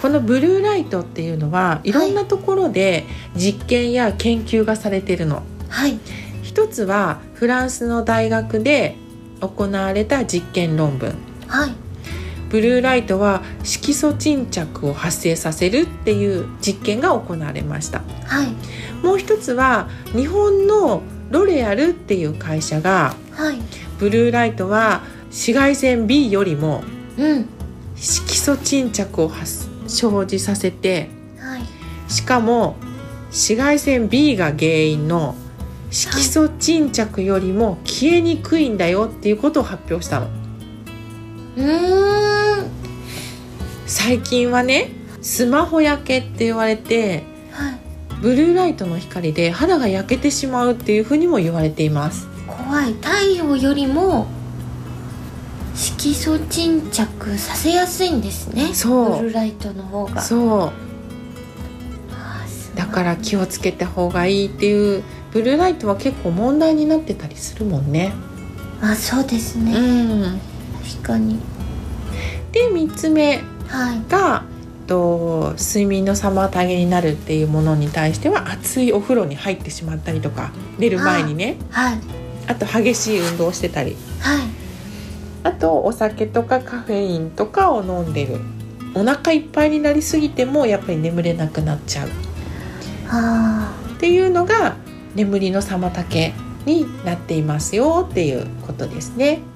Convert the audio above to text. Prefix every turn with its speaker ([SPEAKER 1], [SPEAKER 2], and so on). [SPEAKER 1] このブルーライトっていうのはいろんなところで実験や研究がされてるの。
[SPEAKER 2] はい
[SPEAKER 1] 一つはフランスの大学で行われた実験論文。
[SPEAKER 2] はい
[SPEAKER 1] ブルーライトは色素沈着を発生させるっていう実験が行われました
[SPEAKER 2] はい
[SPEAKER 1] もう一つは日本のロレアルっていう会社が
[SPEAKER 2] はい
[SPEAKER 1] ブルーライトは紫外線 B よりも
[SPEAKER 2] うん
[SPEAKER 1] 色素沈着を発生じさせて
[SPEAKER 2] はい
[SPEAKER 1] しかも紫外線 B が原因の色素沈着よりも消えにくいんだよっていうことを発表したの
[SPEAKER 2] うーん
[SPEAKER 1] 最近はねスマホ焼けって言われて
[SPEAKER 2] はい
[SPEAKER 1] ブルーライトの光で肌が焼けてしまうっていうふうにも言われています
[SPEAKER 2] 怖い太陽よりも色素沈着させやすいんですね
[SPEAKER 1] そう
[SPEAKER 2] ブルーライトの方が
[SPEAKER 1] そ
[SPEAKER 2] あーすご
[SPEAKER 1] う
[SPEAKER 2] い
[SPEAKER 1] だから気をつけた方がいいっていうブルーライトは結構問題になってたりするもんね
[SPEAKER 2] まあそうですね、
[SPEAKER 1] ん
[SPEAKER 2] 確かに
[SPEAKER 1] で3つ目
[SPEAKER 2] はい
[SPEAKER 1] がと睡眠の妨げになるっていうものに対しては熱いお風呂に入ってしまったりとか寝る前にね
[SPEAKER 2] はい
[SPEAKER 1] あと激しい運動をしてたり
[SPEAKER 2] はい
[SPEAKER 1] あとお酒とかカフェインとかを飲んでるお腹いっぱいになりすぎてもやっぱり眠れなくなっちゃう
[SPEAKER 2] あ
[SPEAKER 1] っていうのが眠りの妨げになっていますよっていうことですね。
[SPEAKER 2] ー